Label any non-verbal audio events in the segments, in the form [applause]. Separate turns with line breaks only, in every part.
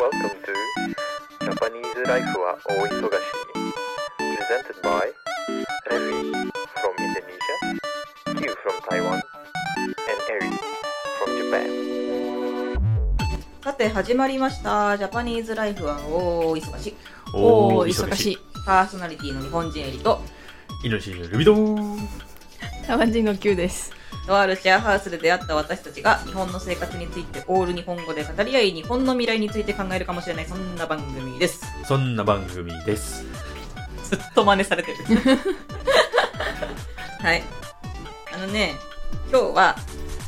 Welcome to Japanese Life は大忙し Presented by Revi from Indonesia, Q from Taiwan, and Eri from Japan.
さて始まりました「ジャパニーズライフは大忙し
おー、忙しい。」
パーソナリティの日本人エリと
命のルビドー
台湾人の Q です。
とあるシェアハウスで出会った私たちが日本の生活についてオール日本語で語り合い日本の未来について考えるかもしれないそんな番組です
そんな番組です。
ずっと真似されてるはいあのね今日は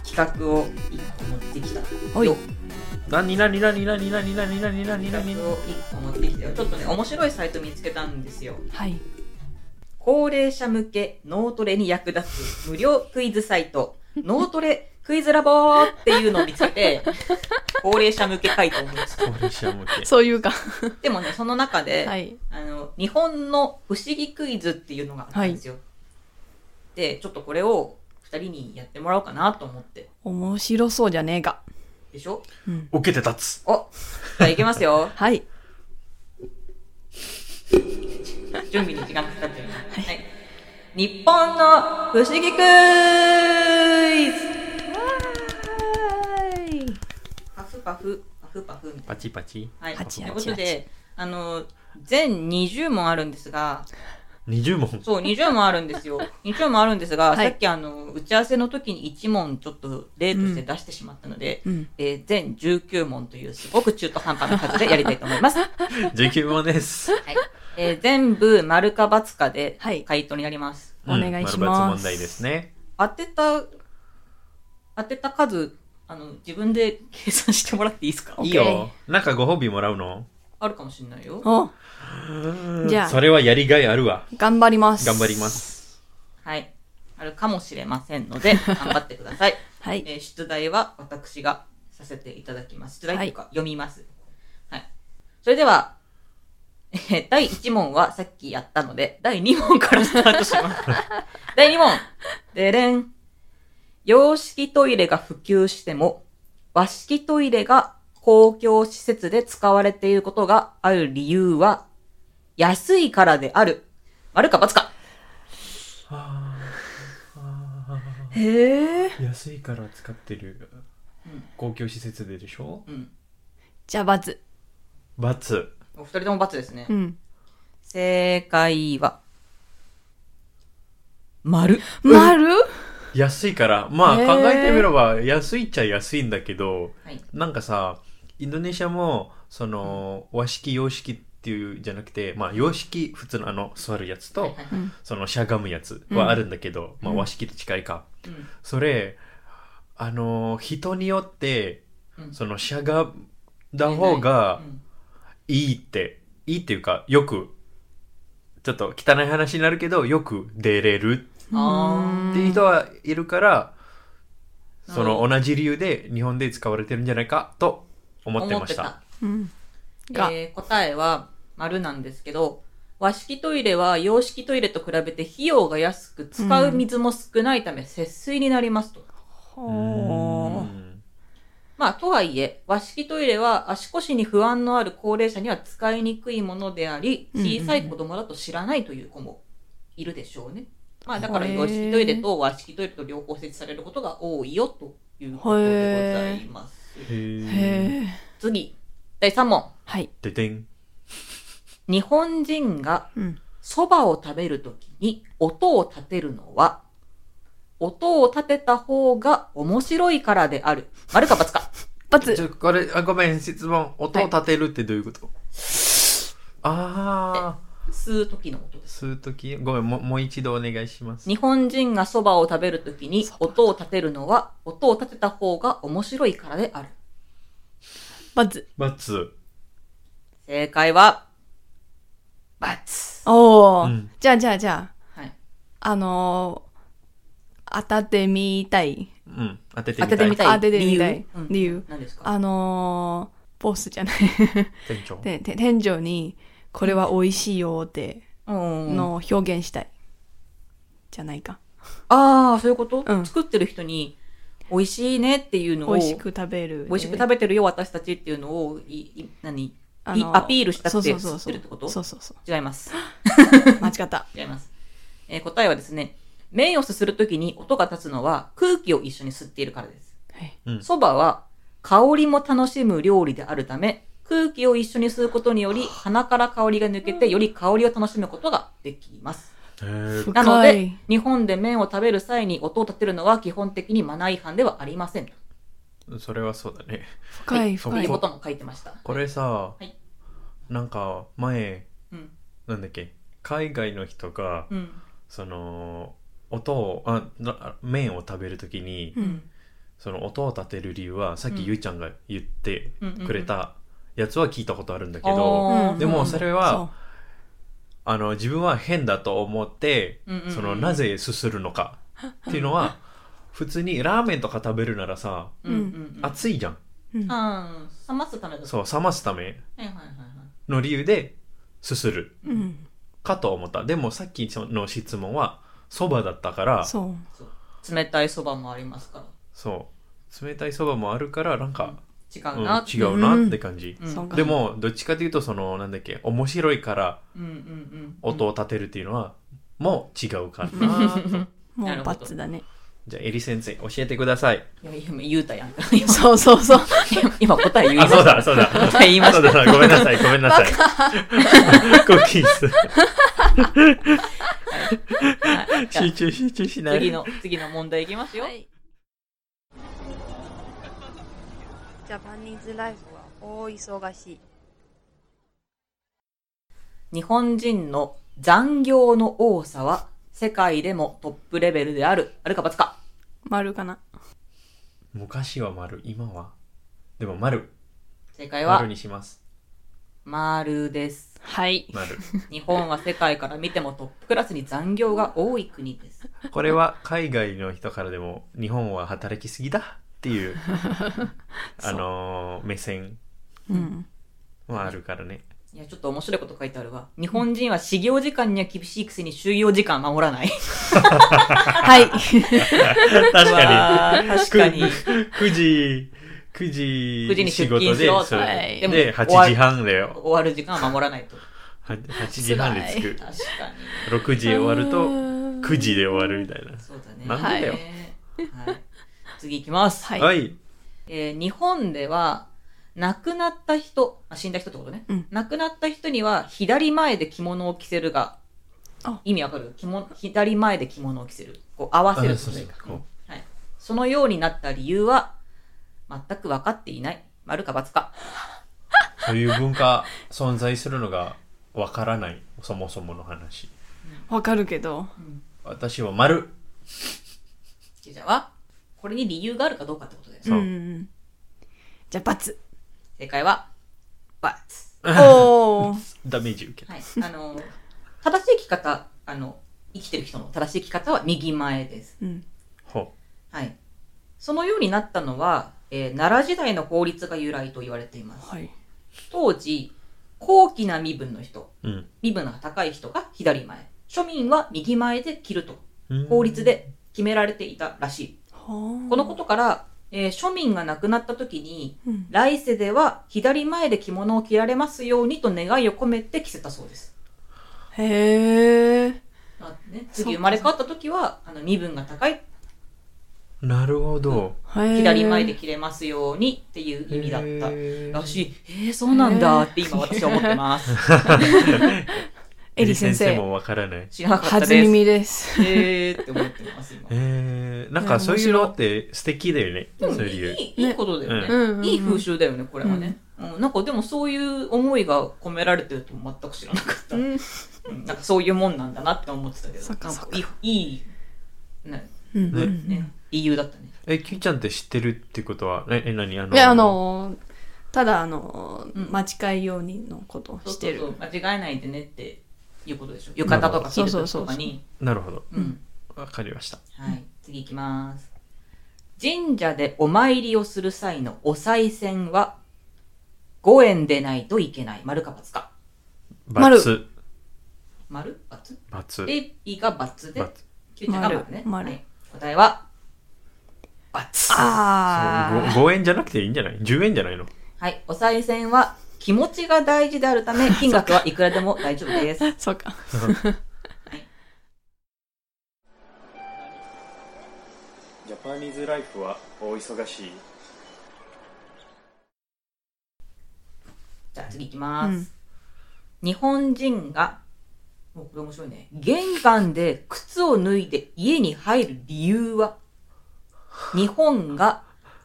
企画を一個持ってきた
おい
よ
なになになになになになになになにな
企
に
画を1個持ってきたよちょっとね面白いサイト見つけたんですよ
はい。
高齢者向け脳トレに役立つ無料クイズサイト、 [laughs] 脳トレクイズラボーっていうのを見つけ
[laughs]
て、高齢者向け回答を思いついた
高齢者向け。
そういうか。
でもね、その中で、
はい。
あの、日本の不思議クイズっていうのがあったんですよ。で、ちょっとこれを二人にやってもらおうかなと思って。
面白そうじゃねえが。
でしょ
うん。。
受けて立つ。
おじゃあいきますよ
[laughs] はい。
準備に時間かかってるから。はい。日本の不思議クイズパフパフ、パフパフみたいな。
パチパチ。
はい。
パチ
と
パ
い
チ
うことで、あの、全20問あるんですが、
20問。
そう、20問あるんです
[laughs]
よ。20問あるんですが、
はい
さっきあの、打ち合わせの時に1問ちょっと例として出してしまったので、
うん。
えー全19問というすごく中途半端な数でやりたいと思い
[laughs]
ます。はい。
19問です。
えー全部丸か×かで
はい
回答になります。
お願いします
問題ですね。
当てた、当てた数、あの、自分で計算してもらっていいですか
いいよ。なんかご褒美もらうの
あるかもしれないよ。
お、じゃあ
それはやりがいあるわ。
頑張ります。
頑張りま。す。
はい。あるかもしれませんので、頑張ってください。
はい。
えー出題は私がさせていただきます。出題というか、読みます。はい。それでは、えー第1問はさっきやったので、第2問からスタートし
[laughs]
ます。第2問。でれん。洋式トイレが普及しても、和式トイレが公共施設で使われていることがある理由は、安いからである。丸か×か。
へえ。
安いから使ってる公共施設ででしょ
うん。
じゃあ、バズ。
バツ。
お二人とも×ですね。
うん。
正解は、丸。
丸
安いから、まあ
へー
考えてみれば安いっちゃ安いんだけど、
はい。
なんかさ、インドネシアも、その、和式、洋式っていうじゃなくて、まあ、洋式、普通のあの、座るやつ
はい
と
は、い
うん。
その、しゃがむやつ
うん
はあるんだけど、まあ、
うん
和式と近いか。
うん
それ、あの、人によって
う、ん
その、しゃがんだ方が
うん
いいって、いいっていうか、よく、ちょっと汚い話になるけど、よく出れる
あ
っていう人はいるから、
うん
その、同じ理由で日本で使われてるんじゃないかと思
ー
ってました。。
うん。が、
えー答えは丸なんですけど、和式トイレは洋式トイレと比べて費用が安く、使う水も少ないため節水になりますと。
ほー
まあ、とはいえ、和式トイレは足腰に不安のある高齢者には使いにくいものであり、
うんうんうん
小さい子供だと知らないという子もいるでしょうね。まあ、だから洋式トイレと和式トイレと両方設置されることが多いよということでございます。
へー。
へえ。
次、第3問。
はい。
ででん。
日本人が
うん。
蕎麦を食べるときに音を立てるのは、音を立てた方が面白いからである。丸か×か。
バ
ち
ツ。
ょ、これ、あ、ごめん、質問。音を立てるってどういうこと、ああ、
吸うときの音です。
吸うとき、ごめん、ももう一度お願いします。
日本人が蕎麦を食べるときに音を立てるのは、音を立てた方が面白いからである。
バツ。
バツ。
正解は、×。
お
う
ー
ん。
じゃあ、じゃあ、じゃ
はい。
あ、あのー、当たってみたい。
うん、当てて
当
みたい。
ててみたい。
当ててみたい
理由。
理由
何ですか
あのー、ボスじゃない。 [laughs]
店長。
で、て天井に、これは美味しいよって、
うん
のを表現したい。じゃないか。
ああ、そういうこと、
うん
作ってる人に、美味しいねっていうのを、
美味しく食べる。
美味しく食べてるよ、私たちっていうのを、いい何
あ
い
の
アピールしたくて
そうそうそうそう
作ってるってこと
そうそうそう。
違います。
間違った。
違います。えー答えはですね、麺をすするときに音が立つのは空気を一緒に吸っているからです。
はい
うん
そばは香りも楽しむ料理であるため、空気を一緒に吸うことにより、鼻から香りが抜けて、より香りを楽しむことができます。
へー
なの
深
で
い、
日本で麺を食べる際に音を立てるのは基本的にマナー違反ではありません。
それはそうだね。
深い、
と
深
いう
い
こ。とも書いてました。
これさ、
はい
なんか前、
うん。
なんだっけ、海外の人が、
うん。
その、音を、あ、な麺を食べるときに、
うん。
その音を立てる理由は、さっ
うん
きゆいちゃんが言ってくれたやつは聞いたことあるんだけど、
あー
でもそれは、
そう
あの、自分は変だと思って、
うんうんうん
その、なぜすするのかっていう
[laughs]
のは、普通にラーメンとか食べるならさ、
うんうんうん。あ
熱いじゃん。
うん
あー、冷ますためだ。
そう、冷ますため
はいはいはいはい。
の理由で、すする
うん。
かと思った。でもさっきの質問は、そばだったから、そ
そう。
そう冷たいそばもありますから。
う、冷たいそばもあるから、なんか、
違
うん
うなって。
違うなって感じ。
うん
そうか
で、も、どっちかというと、その、なんだっけ、面白いから
うんうんうん。
音を立てるっていうのは、もう違うか
[laughs]
なと。
も
なる
う
ほど
バッツだね。
じゃあ、エリ先生、教えてくださ
[laughs]
い。
いや、今言うたやんか。 [laughs] 今
そうそうそう。
今答え言いま
あ、
した。
そうだ、そうだ。
答 [laughs] え言いま
そう
した。
だ、ごめんなさい、ごめんなさい。コッキーズ。
はいじゃ
集中、集中し
あ
ない。
次の、次の問題いきますよ。
ジャパニーズライフは大忙しい。
日本人の残業の多さは、世界でもトップレベルである。あるか×か。
丸かな。
昔は丸、今はでも丸。
正解は
丸、にします。
丸です。
はい。
丸。
日本は世界から見てもトップクラスに残業が多い国です。
これは海外の人からでも日本は働きすぎだっていうあのー目線
うん。
はあるからね。
いや、ちょっと面白いこと書いてあるわ。日本人は始業時間には厳しいくせに就業時間は守らない。
はい。
[laughs] 確か
わー確
[laughs]
かに。
に。9時、9時
9時に
仕
出
事
勤し
で、
ろ
そう
はい
でも
で、
終わ
8
る
時半だよ。
終わる時間は守らないと。
は8時半で着く。
確かに。
6時終わる
[laughs]
と9
9
時で終わるみたいな。
そうだね。
なんでだよ
はい。はい次行きます。
はい
はい。
えー日本では、亡くなった人、あ死んだ人ってことね。
うん
亡くなった人には、左前で着物を着せるが
あ、
意味わかる着物左前で着物を着せる。こう合わせる
あそう
と
そう
いうか
こ
はい。そのようになった理由は、全く分かっていない。丸か×か。
そういう文化存在するのがわからない。そもそもの話。
わかるけど。
私は丸。
じゃあ、これに理由があるかどうかってことです。
そう
うん。じゃあ、
[laughs]
バツ。
正解は、×。
おー。
ダメージ受けた。
はい。あの、正しい生き方、あの、生きてる人の正しい生き方は右前です。
うん。
ほ
はい。そのようになったのは、えー奈良時代の法律が由来と言われています。
はい。
当時、高貴な身分の人、
う。うん。
身分が高い人が左前、庶民は右前で着ると、
うん
法律で決められていたらしい。
こ
このことから、えー庶民が亡くなった時に、
うん
来世では左前で着物を着られますようにと願いを込めて着せたそうです。
へえ。
あね、
そ
次
うか
生まれ変わった時はあの身分が高い
なるほど。
左前で
へ
切れますようにっていう意味だった
た
らしいえー、そうなんだって今私は思ってます
[laughs] え。エリ先
先生
生。
もわからない。
知らなかった
初
です
耳です。
えーって思ってます今
えー、なん
い
か
や
そういうのって素敵だよね。
で
そう
も
いう理
い
由。
いいいことだよね
うんうんうん
いい風習だよねこれはね、うんなんかでもそういう思いが込められてると全く知らなかった、
う
うん
ん。
なんかそういうもんなんだなって思ってたけど
そっか
なん
そっ
か
か
いいいいね
う
ね
ん。
ね理由だったね
え、キュンちゃんって知ってるってことは、え、え、何あの、
いや、あの、ただ、あの、
うん
間違いようにのことをしてる
そう。そうそう間違えないでねっていうことでしょ浴衣とか着る時とかに
なるほど。
うん
わかりました。
はい、次行きます。神社でお参りをする際のお賽銭は、5円でないといけない。丸か×か。
バ
丸
ツ。
丸×
バツ。
で、いが×で
バ、ツ
キュウちゃんが
丸
丸ね。
丸
はい答えは、
あつ
ああ。
5円じゃなくていいんじゃない ?10 円じゃないの
はい。お賽銭は気持ちが大事であるため、金額はいくらでも大丈夫です。
そうか。
ジャパニーズライフは大忙しい
じゃあ次いきます。
うん
日本人が、もうこれ面白いね。玄関で靴を脱いで家に入る理由は、日本が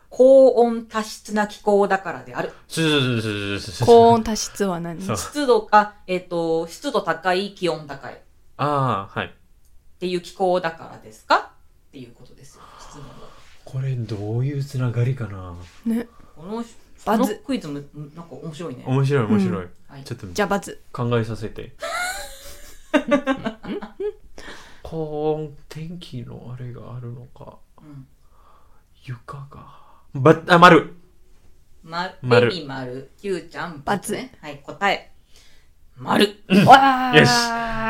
高温多湿な気候だからである。
すすすすす
高温多湿は何
そう
湿度が、えっ、と、湿度高い、気温高いっ
ああ、はい。
ていう気候だからですかっていうことですよ。質問は。
これどういうつながりかな
ね。
この、こ
バ
の
ズ
クイズむ、なんか面白いね。
面白い面白い。
はい
ちょっと
じゃあ、バツ。
考えさせ
[laughs]
て。高温天気のあれがあるのか。
うん
床が。ば、あ、丸
ま、
丸
ベビ丸、キューちゃん、
バツ
ね。はい、答え。丸。
わー
よ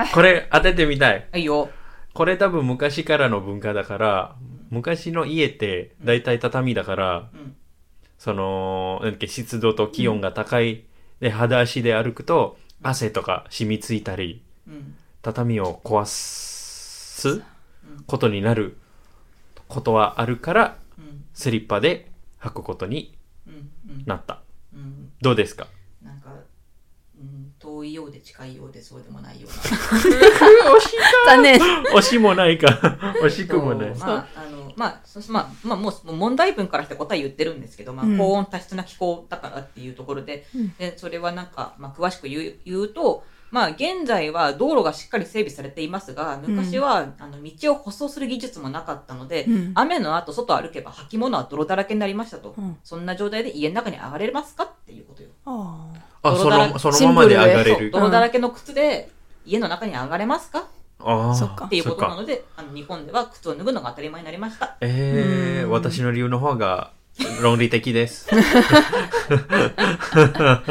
しこれ当ててみたい。
はいよ。
これ多分昔からの文化だから、昔の家って大体畳だから、
うん
その、なんだっけ、湿度と気温が高い、で、裸足で歩くと、汗とか染みついたり、
うん。
畳を壊すことになることはあるから、
うん。
スリッパで履くことに
うん。うん。
なった。
うん。
どうですか
なんか、うん、遠いようで近いようでそうでもないような。
[laughs]
残念。
惜しもな
[laughs]
いか。惜しくもない。
まあ、あの、まあ、そまあ、まあ、もう、もう問題文からして答え言ってるんですけど、まあ
うん、
高温多湿な気候だからっていうところで、
うん
で、それはなんか、まあ、詳しく言う言うと、まあ、現在は道路がしっかり整備されていますが、昔は、あの、道を舗装する技術もなかったので、
うん
雨の後、外を歩けば履物は泥だらけになりましたと。
うん
そんな状態で家の中に上がれますかっていうことよ。
あー
あ、そ
泥だら
の、そのままで上
シ
が
ン
れ
そう
る。
泥だらけの靴で家の中に上がれますか
ああ、
そっか
っていうことな
そっか
ので、あの日本では靴を脱ぐのが当たり前になりま
[laughs]
した。
ええ
う
ー、
ん
私の理由の方が [laughs] 論理
[laughs]
的です。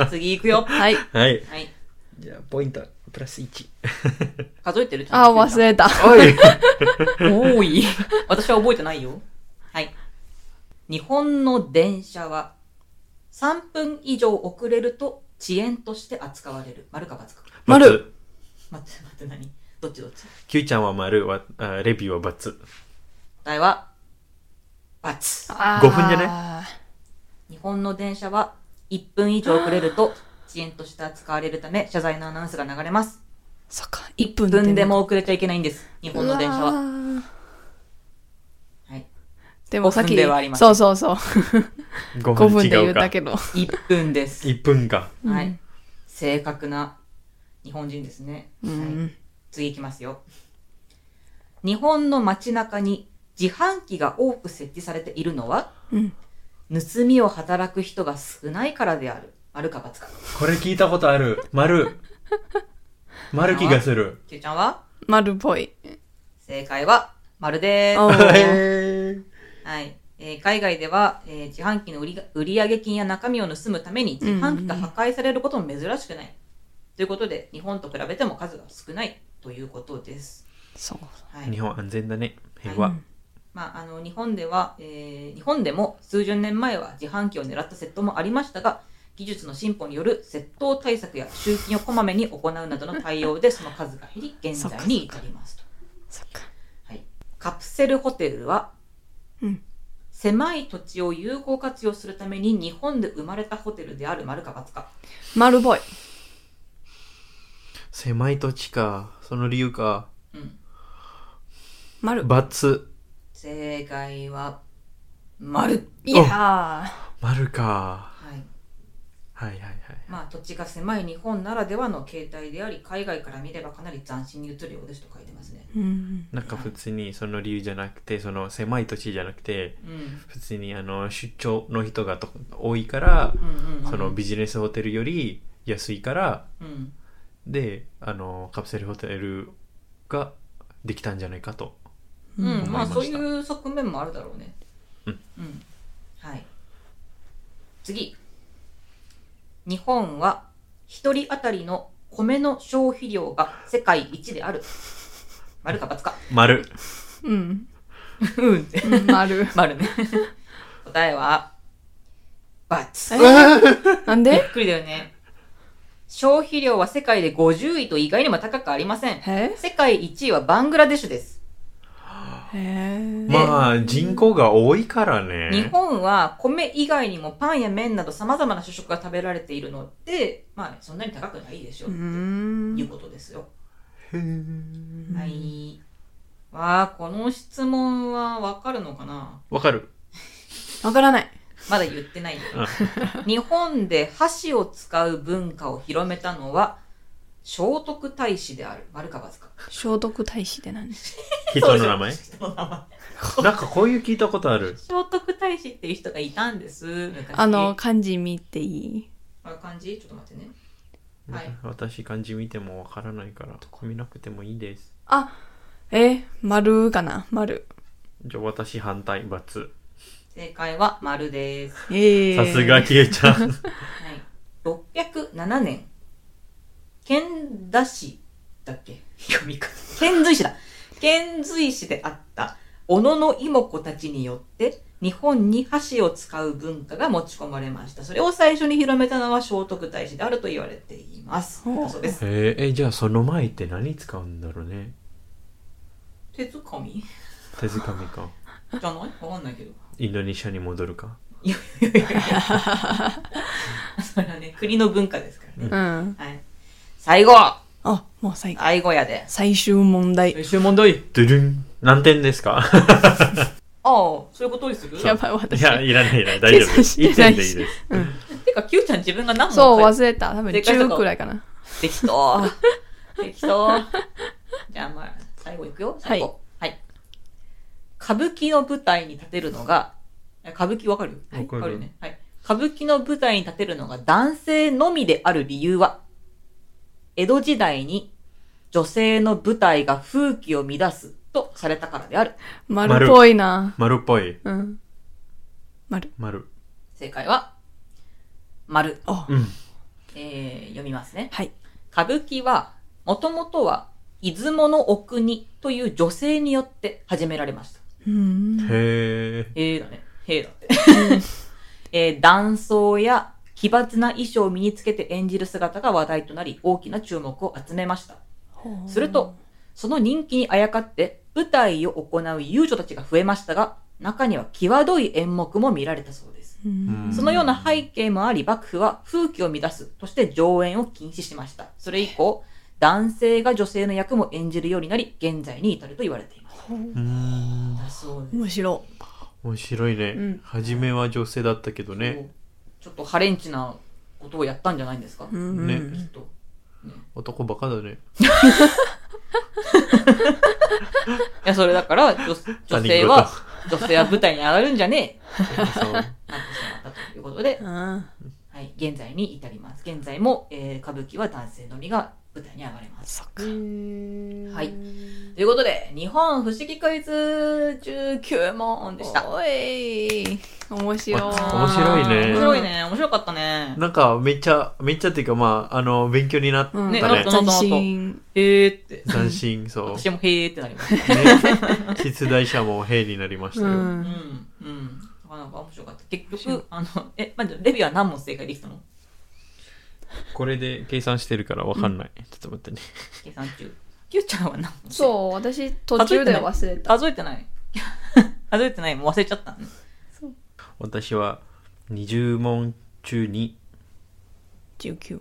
次行くよ。
はい。
はい。
はい。
じゃあ、ポイント、プラス1。
数えてるちゃん
あー、忘れた。
お [laughs] い
多い。 [laughs] 私は覚えてないよ。はい。日本の電車は3分以上遅れると遅延として扱われる。丸か×か。
丸
待って待って何どっちどっち
キューちゃんは丸、わあレビューはバツ。
答えは×。
あー
五分じゃな
日本の電車は1分以上遅れると遅延として扱われるため謝罪のアナウンスが流れます。
そっか。
1
1分ってね
分でも遅れちゃいけないんです。日本の電車
うわ
は。
ー
はい。
でもさっ
五分
き
ではありま、せん
そうそうそう。
5
5
分
分で
違
言
う
っ
か
た。けど。
1分です。
1分か。
は
う
い
ん。
正確な日本人ですね。
う
はい
ん。
次いきますよ。日本の街中に自販機が多く設置されているのは、
うん
盗みを働く人が少ないからである。丸か×か。
これ聞いたことある。丸。丸気がする。
キューちゃんは
丸っぽい。
正解は丸で
お
す。
ー
はい。えー海外では、えー自販機の売りが売上金や中身を盗むために自販機が破壊されることも珍しくない。ということで、日本と比べても数が少ないということです。
そう。
はい。
[laughs] 日本安全だね。平和。
まあ、あの日本では、えー日本でも数十年前は自販機を狙った窃盗もありましたが技術の進歩による窃盗対策や集金をこまめに行うなどの対応でその数が減り現在に至りますと
そっか。
カプセルホテルは、
うん
狭い土地を有効活用するために日本で生まれたホテルである丸か×か
丸っぽい。
狭い土地か。その理由か。
丸。
バツ。
正解は丸、
いや
丸か。
はい
はいはいはい。
まあ、土地が狭い日本ならではの形態であり海外から見ればかなり斬新に映るようですと書いてますね
ー。うん。
なんか普通にその理由じゃなくて、その狭い土地じゃなくて、
うん
普通にあの出張の人がと多いから、
うんうんうん
そのビジネスホテルより安いから
うん
であのカプセルホテルができたんじゃないかと
うん
うん
まあ
思
そ
いうました
いう側面もあるだろうね
うん、
うんはい次日本は一人当たりの米の消費量が世界一である丸か×か
丸
うん。
うんって。
うん
[laughs]
丸。
[laughs] 丸ね。答えは、バツ。びっ
なんで
くりだよね。消費量は世界で50位と意外にも高くありません。
え
世界1位はバングラデシュです。
へえ。
まあ、人口が多いからね。
日本は米以外にもパンや麺など様々な主食が食べられているので、まあそんなに高くないでしょ
う
う
ー
いうことですよ。はい。わあ、この質問はわかるのかな
わかる。
わからない。
まだ言ってないよ。 [laughs] 日本で箸を使う文化を広めたのは、聖徳太子である。丸かバツ [laughs] か。
聖徳太子でなんです。
人の名前
人の名前
なんかこういう聞いたことある。
聖徳太子っていう人がいたんです。昔
あの、、漢字見ていい
こういう感じちょっと待ってね。はい。
私漢字見てもわからないから、見なくてもいいです。
あ、え、丸かな丸。
じゃあ私反対、×。
正解は丸です。
ええ
さすが、。キエちゃ
[laughs]
ん。
はい。607年、剣田氏だっけ読み方。遣隋使だ。遣隋使であった、小野の妹子たちによって、日本に箸を使う文化が持ち込まれました。それを最初に広めたのは聖徳太子であると言われています。
ほう
そうです。
えー、えじゃあその前って何使うんだろうね。
手づかみ
手づかみか。
じゃないわかんないけ [laughs] ど。
インドネシアに戻るか。
いやいやいやいやそれはね、国の文化ですからね。
うん。
はい。最後
あ、もう最後。
最後やで。
最終問題。
最終問題
ドゥルン。何点ですか
ああ、そういうことにする
やばい、私。
いや、いらないいらない。大丈夫です。
計算
1点
してない
でい
し
いです。
てか、キューちゃん自分が何問
そう、
か
忘れた。多分
でかいとこ
10くらいかな。
できそう。できそう。じゃあまあ、最後いくよ。最後。はい。歌舞伎の舞台に立てるのが、え歌舞伎わかる
はいわかる
よね。はい。歌舞伎の舞台に立てるのが男性のみである理由は、江戸時代に女性の舞台が風紀を乱すとされたからである。
丸っぽいな。
丸っぽい。
うん。丸。
丸。
正解は、丸。
あ、
うん。
えー、読みますね。
はい。
歌舞伎は、もともとは、出雲のお国という女性によって始められました。
うん。
へえ。
へえだね。へえだって。 [laughs] えー、男装や奇抜な衣装を身につけて演じる姿が話題となり、大きな注目を集めました。すると、その人気にあやかって、舞台を行う遊女たちが増えましたが、中には際どい演目も見られたそうです。
うん、
そのような背景もあり、幕府は風紀を乱すとして上演を禁止しました。それ以降、男性が女性の役も演じるようになり、現在に至ると言われています。
うん。
だそう
面白
面白いね、
うん
初めは女性だったけど
で
ね、
す。ちょっとハレンチなことをやったんじゃないんですか、
い。うん。
き
ね
っと。
男バカだね
いや、それだから、 [laughs] 女女性は、女性は舞台に上がるんじゃね
他人事そう
え。なってしまったということで、
あ
はい、現在に至ります。現在も、えー歌舞伎は男性のみが舞台に上がれます
ー。そっか。
はい。ということで、日本不思議クイズ19問でした。
おい。面白い。
面白いね
面白いね。面白かったね。
なんかめっちゃめっちゃっていうかまああの勉強になった
うん。
ね
ね、
なんか
斬新。
へーって。
斬新そう、ね
[laughs] 私もへーってなりました。、
出題者も兵になりました
う。
よ、
うんん。うん。なかなか面白かった。結局、あの、え、まず、レビューは何問正解できたの
これで計算してるからわかんない、ちょっと待ってね
計算中。キューちゃんは何問う。
そう、私途中で忘れた。
数えてない。 [laughs] 数えてない。もう忘れちゃったね。
私は20問中に
19。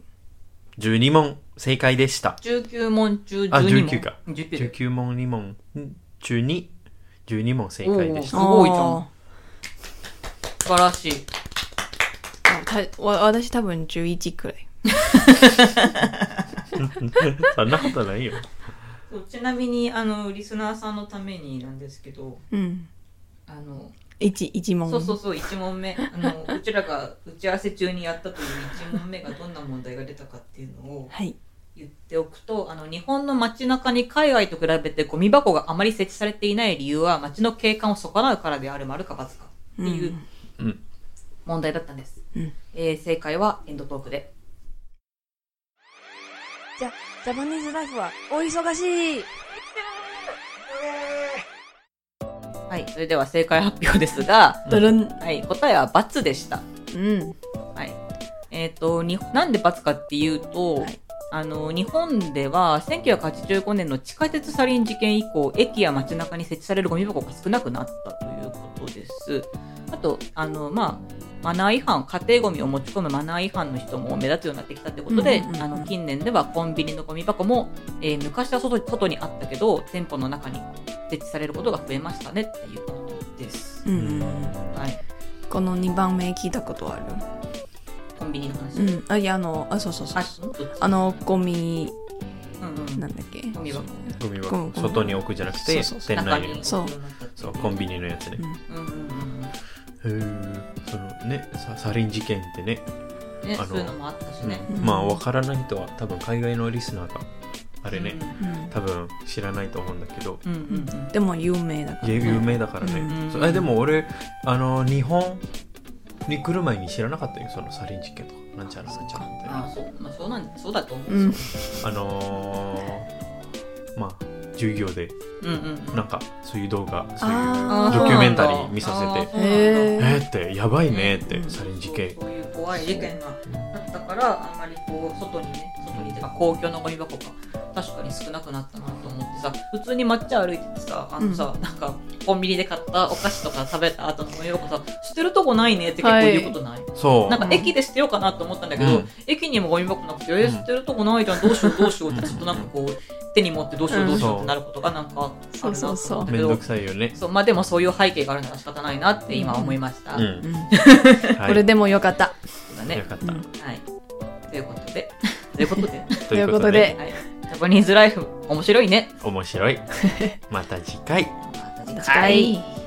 12問正解でした
19問中12問。
あ19か
19だよ。
19問2問中に12問正解でし
す
た
ごいじゃん素晴らしい。
あー。たわ私多分11くらい。
[laughs] そんなことないよ
そうちなみに、あの、リスナーさんのためになんですけど、
うん。
あの、
1、1問。
そうそうそう、1問目。あの、うちらが打ち合わせ中にやったという1問目がどんな問題が出たかっていうのを
はい。
言っておくと、あの、日本の街中に海外と比べてゴミ箱があまり設置されていない理由は、街の景観を損なうからである丸か×かっていう
うん
問題だったんです。
うん
えー正解はエンドトークで。
じゃ、ジャパニーズライフは大忙しい
はい、それでは正解発表ですが、
ドルン。
はい、答えは×でした。
うん。
はい。えっ、と、になんで×かっていうと、
はい
あの、日本では1985年の地下鉄サリン事件以降、駅や街中に設置されるゴミ箱が少なくなったということです。あと、あの、まあ、マナー違反、家庭ゴミを持ち込むマナー違反の人も目立つようになってきたってことで
うんうんうんう、ん
あの、近年ではコンビニのゴミ箱も、えー昔は外外にあったけど、店舗の中に設置されることが増えましたねっていうことです。
うんうん
う
はい。
この2番目聞いたことある。
コンビニの話。
うん。あ、いや、あの、あ、そうそうそう
あ
そう。、
どっち
あの、ゴミ、
うんうん
なんだっけ。
ゴミ箱
ゴミ
ゴミ
は外に置くじゃなくて、
そうそうそ
店
中
内に
に
置く。
そう
そう、コンビニのやつね。
うん
うんうんうん
へーそのねササリン事件ってね、
ね、
あの
そういうのもあったしね、
うんまあわからない人は多分海外のリスナーがあれね、
うん
多分知らないと思うんだけど、
うんうんうんうん
でも有名だから
有
ね。
有名だからね、
うん
そうえでも俺あの日本に来る前に知らなかったよそのサリン事件とかなんちゃらなんちゃらみたい
あ
な
あそうまあそうなんそうだと思う、
うん。
あのー、まあ授業で
うんうんうん
なんかそういう動画そういう
あ
ドキュメンタリー見させて
あーそうなんだ
へ
えー、ってやばいねって、
うん
サリン事件
そうそういう怖い事件があったからあんまりこう外にね外にっていうか公共のゴミ箱が確かに少なくなったなと思ってさ普通に抹茶歩いててさあのさ、なんかコンビニで買ったお菓子とか食べた後のゴミ箱さ捨てるとこないねって結構言うことない、
そう
なんか駅で捨てようかなと思ったんだけど、
うん
駅にもゴミ箱なくて、えー捨てるとこないじゃん、どうしようどうしようってずっとなんかこう、手に持ってどうしようどうしようってなることがなんかあ
そう
るなと思ったけ
めんど
ど
く、さいよね、
そう、まあでもそういう背景があるのは仕方ないなって今思いました。
う
そうん
うん
はい
これでもよかった。
だね
よ。かった、
うん
はい。ということで、ということで、
ということで、
はい。 [laughs] ジャ
[laughs]
パニーズライフ面白いね。
面白いまた次回
また次
はい
回